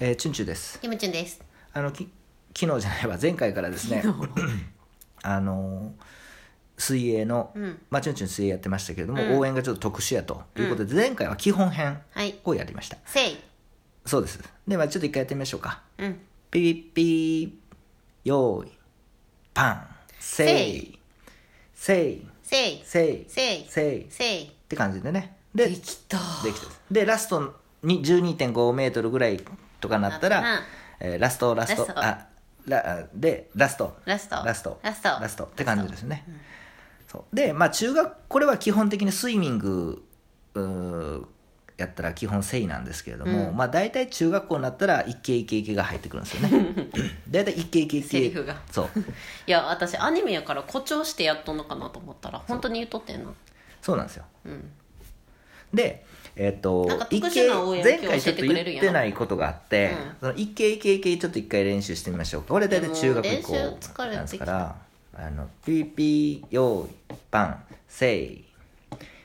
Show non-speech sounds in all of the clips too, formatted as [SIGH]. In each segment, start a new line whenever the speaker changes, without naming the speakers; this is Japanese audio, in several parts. えー、チュンチュです
キムチュンです。
あのき昨日じゃないわ前回からですねあのー水泳の、
うん
まあ、チュンチュン水泳やってましたけれども、
うん
応援がちょっと特殊やということで、前回は基本編
はい。
をやりました
せい。
そうですではちょっと一回やってみましょうか
うん。
ピリッピーよーいパンせいせい
せい。
せい
せい。
せいっ
せい。
て感じでねで
できた。
できてますでラストに12.5メートルぐらいとかなったら、
なったな
えーラストラスト
ラスト
あラあでラスト
ラスト
ラスト
ラスト
って感じですね、そうでまあ中学これは基本的にスイミングうーやったら基本正位なんですけれども、まあ大体中学校になったら一け一け一けが入ってくるんですよ
[LAUGHS]
ね大体一け一け一け
セリフが
そう
いや、私アニメやから誇張してやっとんのかなと思ったら、本当に言っとってんな。
そうなんですよ
うん。
でえっ、と
なんか特
一
殊な応援を
前
今
回
日
ち
教
ょ
え
ってと
くれる
言
やん
ってないことがあって、
うん
その一系一系一系ちょっと一回練習してみましょうか俺大体中学以降
でも練習疲れてきた
なんですからあのピーピーよーいパンせい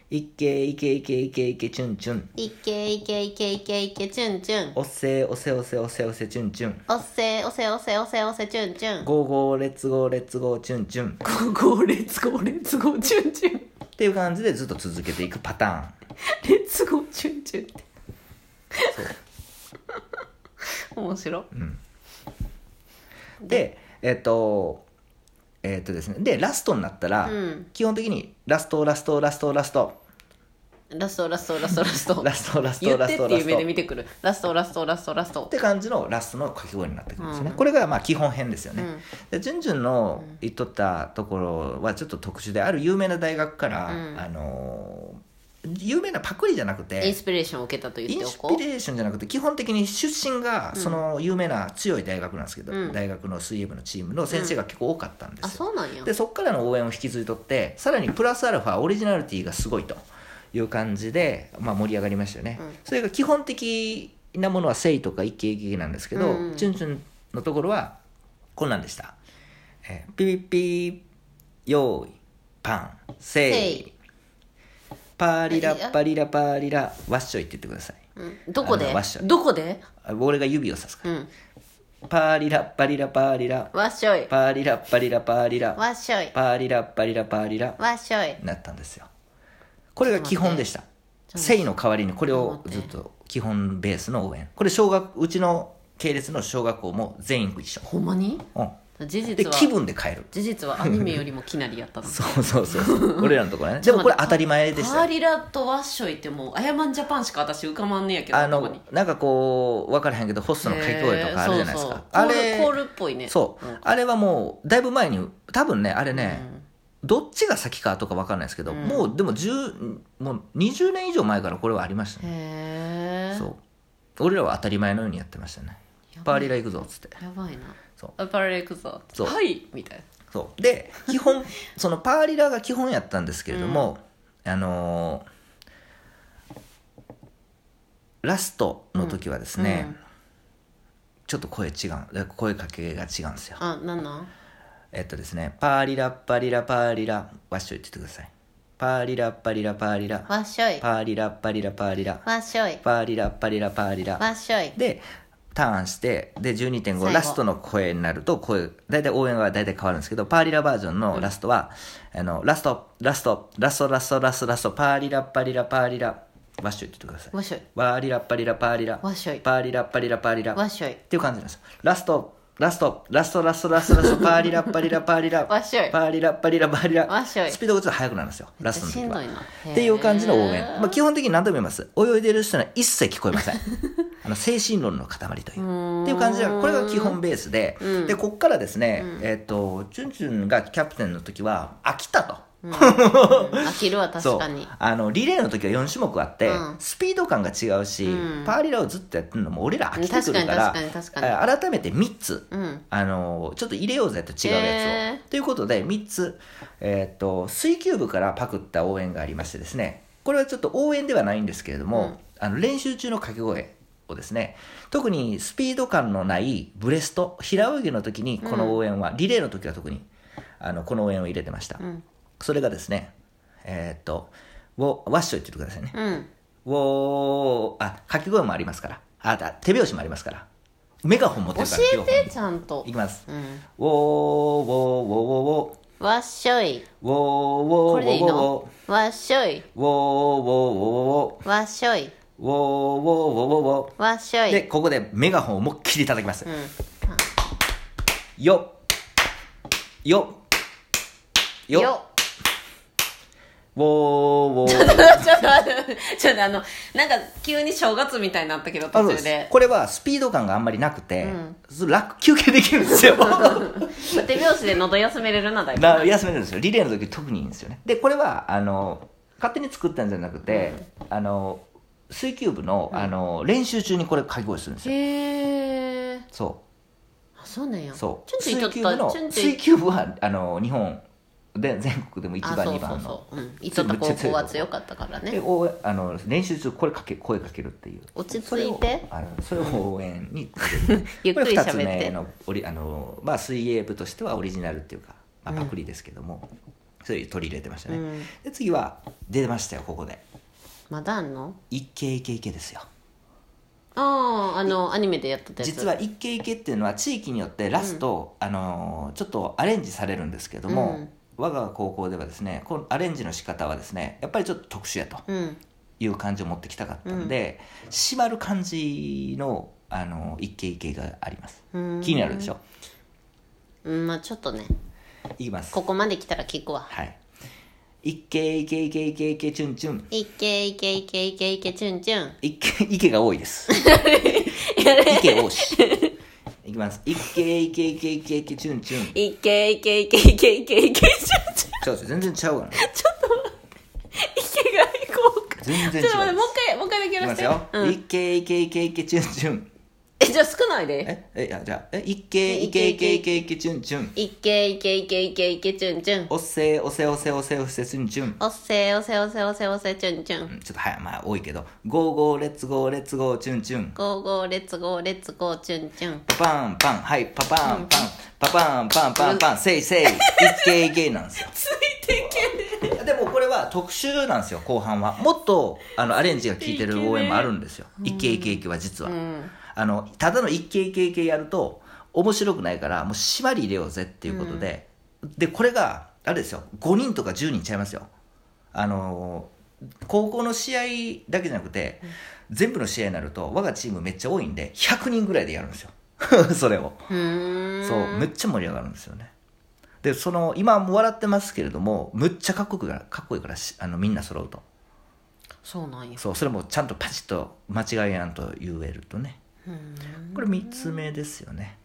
一系一系一系一系一系チュンチュン
いけいけいけいけいけ、チュンチュン。
おせおせおせおせおせチュンチュン
おっせおせおせおせおせ、チュンチュン。
ゴーゴーレッツゴーレッツゴーチュンチュンっ
ご、レッツゴー、レッツゴー、チュンチュン。
ていう感じでずっと続けていくパターン
レッツゴー、チュンチュンって。 [LAUGHS] 面白。
でえっ、とえっ、とですねでラストになったら、
うん
基本的にラストラストラストラスト
ラスト、ラスト、ラスト、ラスト。
ラストラス
言
ト
っ
ラ
て
ス
って
トラ
いう
ス
目
ト
で見てくる。ラスト、ラスト、ラスト、ラスト
っ。て感じのラストの掛け声になってくるんですね、
うん
これがまあ基本編ですよね、でジュンジュンの言っとったところはちょっと特殊である有名な大学から、
うん
あのー有名なパクリじゃなく
イン
て
スピレーションを受けたと言
イ
って
ン
お
ス
こう。
ピレーションじゃなくて基本的に出身がその有名な強い大学なんですけど、
うん
大学の水泳部のチームの先生が結構多かったんで
あ
すよ、
そうなんや
でそこからの応援を引き継いとってさらにプラスアルファオリジナリティがすごいという感じで、まあ、盛り上がりましたよね、
うん
それが基本的なものは「誠意」とか「一気一気」なんですけど、
うんうん
チュンチュンのところはこんなんでした「えー、ピピピーよーいパン誠意」パリラパリラパリラわっしょいって言ってください
うんどこ
あ
で
のワッショイ
どこで
あ俺が指をさすか
うん
らパリラパリラパリラ
わっしょい
パリラパリラパリラ
わっしょい
パリラパリラパリラ
わっしょい
なったんですよこれが基本でした誠意の代わりにこれを
ち
ず
ょ
っ
っと
と基本ベースの応援これ小学うちの系列の小学校も全員一緒、
ほんまに
う
事
ん、で
実は
気分で変える
事実はアニメよりもきなりやったの
[LAUGHS] そうそうそう
[LAUGHS]
そう俺らのところねでもこれ当たり前でし
パ
た
ー
よ
リラとワッショイってもうアヤマンジャパンしか私浮かまんねやけど
あ
頭に
のなんかこう分からへんけどホストの掛け声とかあるじゃないですか、
へーそうそう
あれ
コールコールっぽいね
そう、
ん
あれはもうだいぶ前に多分ねあれね、どっちが先かとか分かんないですけど、もうでも10もう20年以上前からこれはありましたね
へえ
そう俺らは当たり前のようにやってましたね
やば
パ
い
ーリラ行くぞっつって
やばいな
そう
あパーリラ行くぞ
そう
はいみたいな
そうで基本 [LAUGHS] そのパーリラが基本やったんですけれども、あのーラストの時はですね、
うんうん
ちょっと声違う声かけが違うんですよ
あなんなん
えっとですねパーリラパリラパーリラわっしょいって言ってくださいパーリラパリラパーリラ
わっしょい
パーリラパリラパーリラ
わっしょい
パーリラパリラパーリラ
わっしょい
でターンしてで
最後
12.5ラストの声になると声大体応援は大体変わるんですけどパーリラバージョンのラストは、あのラストラストラストラストラストラストパーリラパリラパーリラワッシュって言ってください
わっしょい
ワーリラパリラパーリラ
わっしょい
パーリラパリラパーリラ
わ
っ
っしょい
ていう感じなんですよラストラストラストラストラストラストパーリラパリラパーリラ
わっしょい
パーリラパリラパーリラ
わっしょい
スピードがちょっと速くなるんですよラストの時
しんど
はい
な
っていう感じの応
へ
援
ー、
まあ、基本的に何度も言います泳いでる人には一切聞こえ
[LAUGHS]
ませんあの精神論の塊という
ーん
っていう感じでこれが基本ベースで、でこっからですね、えっとチュンチュンがキャプテンの時は飽きたと。
飽きるわ
[LAUGHS] そ
確
う
かに
あのリレーの時は4種目あって、
うん
スピード感が違うし、パーリラをずっとやってるのも俺ら飽きてくるから
確かに確かに確か
改めて3つ、
うん
あのちょっと入れようぜと違うやつを。
へ
ということで3つ、えー、と水球部からパクった応援がありましてですねこれはちょっと応援ではないんですけれども、あの練習中の掛け声をですね特にスピード感のないブレスト平泳ぎの時にこの応援は、リレーの時は特にあのこの応援を入れてました、
ん
それがですねえっ、とウォワッショイって言ってくださいね、
うん
ウォーあ掛け声もありますからあだ手拍子もありますからメガホン持って
教
るから
えて
両
ちゃんと
方いきます
うん
ウォーウォー
わっしょい
ウォーウォーウォーウォーウォー
これでいい
ウォー
のわっしょい
ウォーウォーウォーウォー
わっしょい
ウォーウォーウォーウォーウォー
わっしょい
でここでメガホンを思いっきり叩きます
うん
よよよ
よ
ウォーウォーウォー
[LAUGHS] ちょっと待ってちょっとあのなんか急に正月みたいになったけど
あそう
途
で
中
す
で
これはスピード感があんまりなくて、
うん
それ楽休憩できるんですよ [LAUGHS]
手拍子で喉休めれるなだいぶ
な休めるんですよリレーの時特にいいんですよねでこれはあの勝手に作ったんじゃなくて、あの水球部の,、あの練習中にこれ掛け声するんですよ
へえ
そ
あそうなんや
うそう
ちょんちょ
水
いち
球
ょ
部
っと
の
ちょんちょい
水球部はあの日本で全国でも1
あ
番
そう
2
そう
番の
そううんいつった高校は強かったから
で
[LAUGHS] ね
応援あの練習中これかけ声かけるっていう
落ち着いて
それをあのそれを応援に
[LAUGHS] ゆっくり
これ
喋
二つ
っ
目
て
のオリあの、まあ、水泳部としてはオリジナルっていうか、まあ、パクリですけども、それ取り入れてましたね、
うん
で次は出ましたよここで
まだあんの
「イケイケイケ」ですよ
あああのアニメでやってたやつ
実は「イケイケ」っていうのは地域によってラスト、あのちょっとアレンジされるんですけども、
うん
我が高校ではですねこのアレンジの仕方はですねやっぱりちょっと特殊やと
うん
いう感じを持ってきたかったんで、締まる感じのあの一軒一軒があります
うん
気になるでしょ
うんまあちょっとね
いきます
ここまで来たら聞くわ
はい一軒一軒一軒一軒一軒チュンチュン
いけいけいけいけいけチュンチュン
一 [LAUGHS] 軒一軒が多いです
[LAUGHS]
一軒多しいきます一軒一軒一軒一軒一軒チュンチュン
いけいけいけいけいけいけチュンチュン
ちょっと全然ちゃうわな
いけがいこうか
全然違う
ちょっと待ってもう一回もう一回だけ
いき
やら
ま
せ
す
て
よ
うん
一軒一軒一軒一軒チュンチュン
えじゃあ少ないで
ええあじゃあえ一軒一軒一軒一軒一軒チュンチュン
いけいけいけいけいけチュンチュン
おっせーおせおせおせおせチュンチュン
おっせおせおせおせおせチュンチュン
ちょっとはいまあ多いけど「ゴーゴーレッツゴーレッツゴーチュンチュン」
ゴーゴーレッツゴーレッツゴーチュンチュン
パパンパンはいパパンパンパパンパンパンパンせいせいいけいけなんですよ
[LAUGHS] ついていけね
でもこれは特殊なんですよ後半はもっとあのアレンジが効いてる応援もあるんですよ「いけいけいけ」は実は、
ん
あのただの「いけいけいけ」やると面白くないからもう縛り入れようぜっていうことで、でこれがあれですよ5人とか10人ちゃいますよあのー高校の試合だけじゃなくて、全部の試合になると我がチームめっちゃ多いんで100人ぐらいでやるんですよ [LAUGHS] それを
うーん
そうめっちゃ盛り上がるんですよねでその今も笑ってますけれどもむっちゃかっこいいからかっこいいからしあのみんな揃うと
そうなんや
そうそれもちゃんとパチッと間違いやんと言えるとねこれ3つ目ですよね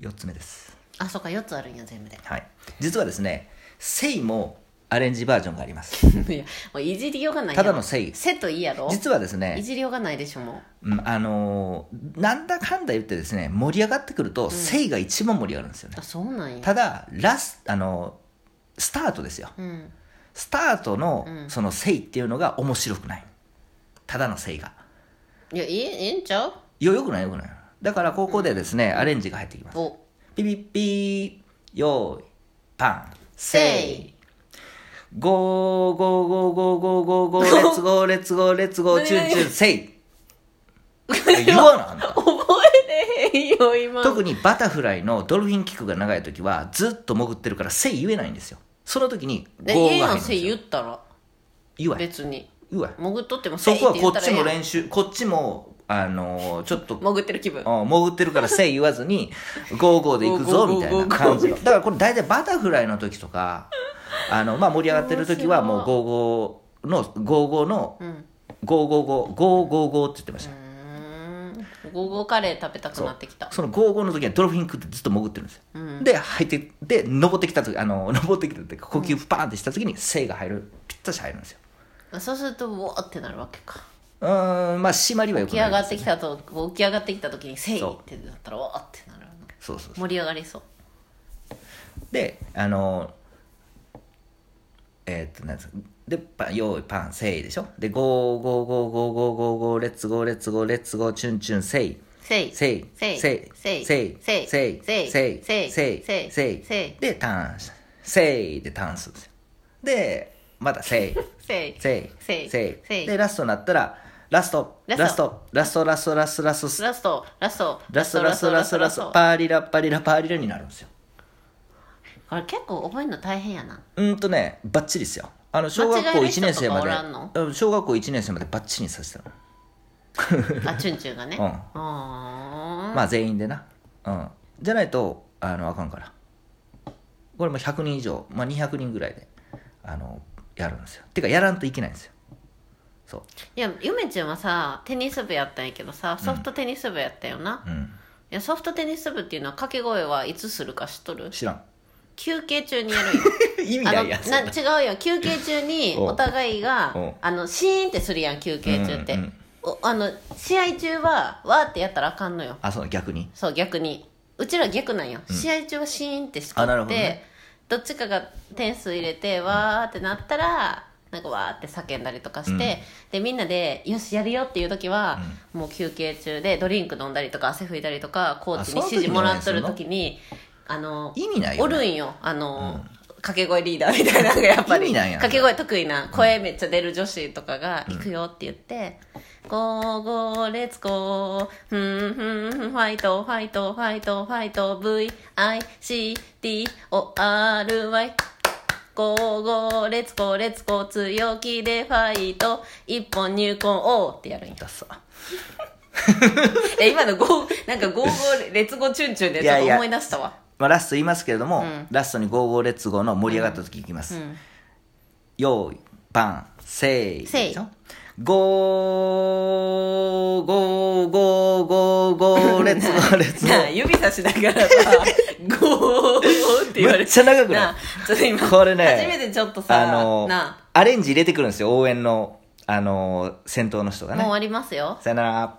4つ目です
あそうか4つあるんや全部で
はい実はですね「せい」もアレンジバージョンがあります [LAUGHS]
いやもういじりようがない
た
やろ
だの「せい
セットいいや」ろ
実はです
い
ね、
じりようがないでしょも
うんあのーなんだかんだ言ってですね盛り上がってくると「せい」が一番盛り上がるんですよ
う
ね
あそうなんや
ただラスあのースタートですよ
うん
スタートの
うん
その「せい」っていうのが面白くないただの「せい」が
いやえええんちゃう
よよくないよくないだからここでですね、アレンジが入ってきます
お
ピピピーよーいパン
せい
ゴーゴーゴーゴーゴーゴーゴーレッツゴーレッツゴーレッツゴーチュンチュンせい言わなあんた
覚えてへんよ今
特にバタフライのドルフィンキックが長い時はずっと潜ってるからせい言えないんですよその時に
でえ
ゴ
え
ーが
や
入
ん
るん
せ
で
い
すよ
言ったら
言わへん
別に
言わへん
潜っとってもせ
そ
い
こは
て言
こ
った
っ
ら
ち
ええや
も
ん
練習こっちもあのーちょっと
潜ってる気分
うん潜ってるからせい言わずにゴーゴーで行くぞみたいな感じのだからこれ大体バタフライの時と [LAUGHS] かあの、まあ、盛り上がってる時はもうゴーゴーのゴーゴーの
うん
ゴーゴーゴーゴーゴーゴーって言ってまし
う
た
ーんゴーゴーカレー食べたくなってきた
そのゴーゴーの時はドルフィンクってずっと潜ってるんですよ、で入ってで登ってきた時あの登ってきた時呼吸パーンってした時にせいが入るぴったし入るんですよ
そうするとうわーってなるわけか
うーんまあ締まりはよ
起
く
き
な
上
い
が
で
っ
す
てきたとこう起き上がってきた時に「せい!」
そう
ってなったらわーってなる
そうそうそう
盛り上がりそう
であのえーっとなんですかでパン用意パンせいでしょでゴーゴーゴーゴーゴーゴーゴーレッツゴーレッツゴーレッツゴーチュンチュンせい
「せい!」
せい
せい
せい
せい
せい
せい
せい
せい
せいせい
せいせい
せい
せい
でターンしせいでターンするんですよでまたせい
「せい!」
せい
せい
せい
せい
でラストになったらラスト
ラ
ラス
ス
ト
ト
ラストラストラストラスト
ラストラスト
ラストラストラストラストパーリラパリラパーリラになるんですよ
これ結構覚えるの大変やな
うーんとねバッチリですよあの小学校
間違える
1
人
年生ま
とかお
で
らんの
うん小学校1年生までバッチリさせたの
あチュンチュンがね
うん
あー
まあ全員でなうんじゃないとあのあかんからこれも100人以上、まあ、200人ぐらいであのやるんですよてかやらんといけないんですよそ
いやゆめちゃんはさテニス部やったんやけどさソフトテニス部やったよな、
ううん
いやソフトテニス部っていうのは掛け声はいつするか知っとる
知ら
[LAUGHS]
ん
休憩中にやるんよ
意味
あ
な
の
いやつ
な違うよ休憩中に
おう
お互いが
おう
あのシーンってするやん休憩中って、
うんうん
おあの試合中はわーってやったらあかんのよ
あそう逆に
そう逆にうちら逆なんよ、試合中はシーンってしと
あなる
っ
ほ
て
ど
ど,、
ね
っちかが点数入れてわーってなったらなんかわーって叫んだりとかして、
うん
でみんなでよしやるよっていう時は、もう休憩中でドリンク飲んだりとか汗拭いたりとかコーチに
あその時
指示もらっとる時にあの
意味ないよ
お
ね
るんよあの、掛け声リーダーみたいなのがやっぱ
意
り
味ないやん
掛け声得意な声めっちゃ出る女子とかが「行くよ」って言って「ゴーゴーレッツゴーふんふんふんファイトファイトファイトファイト VICTORY」ゴーゴーレッツゴーレッツゴー強気でファイト一本入魂おーってやるんよ
ダサ
え今のゴーなんかゴーゴーレッツゴーチュンチュンでちょっと思い出したわ
まあ、ラスト言いますけれども、ラストに「ゴーゴーレッツゴー」の盛り上がった時いきます、用意パンせー
せい
でしょゴーゴーゴーゴーゴーレッツゴーレッツゴ
[LAUGHS] なあ
ー
指さしながらさ「ゴー」って言われて
めっちゃ長くない
あちょっと今
これね
初めてちょっとさ、
あの
な
アレンジ入れてくるんですよ応援のあの先頭の人
あ
が
もう終
ね
わりますよ
さよなら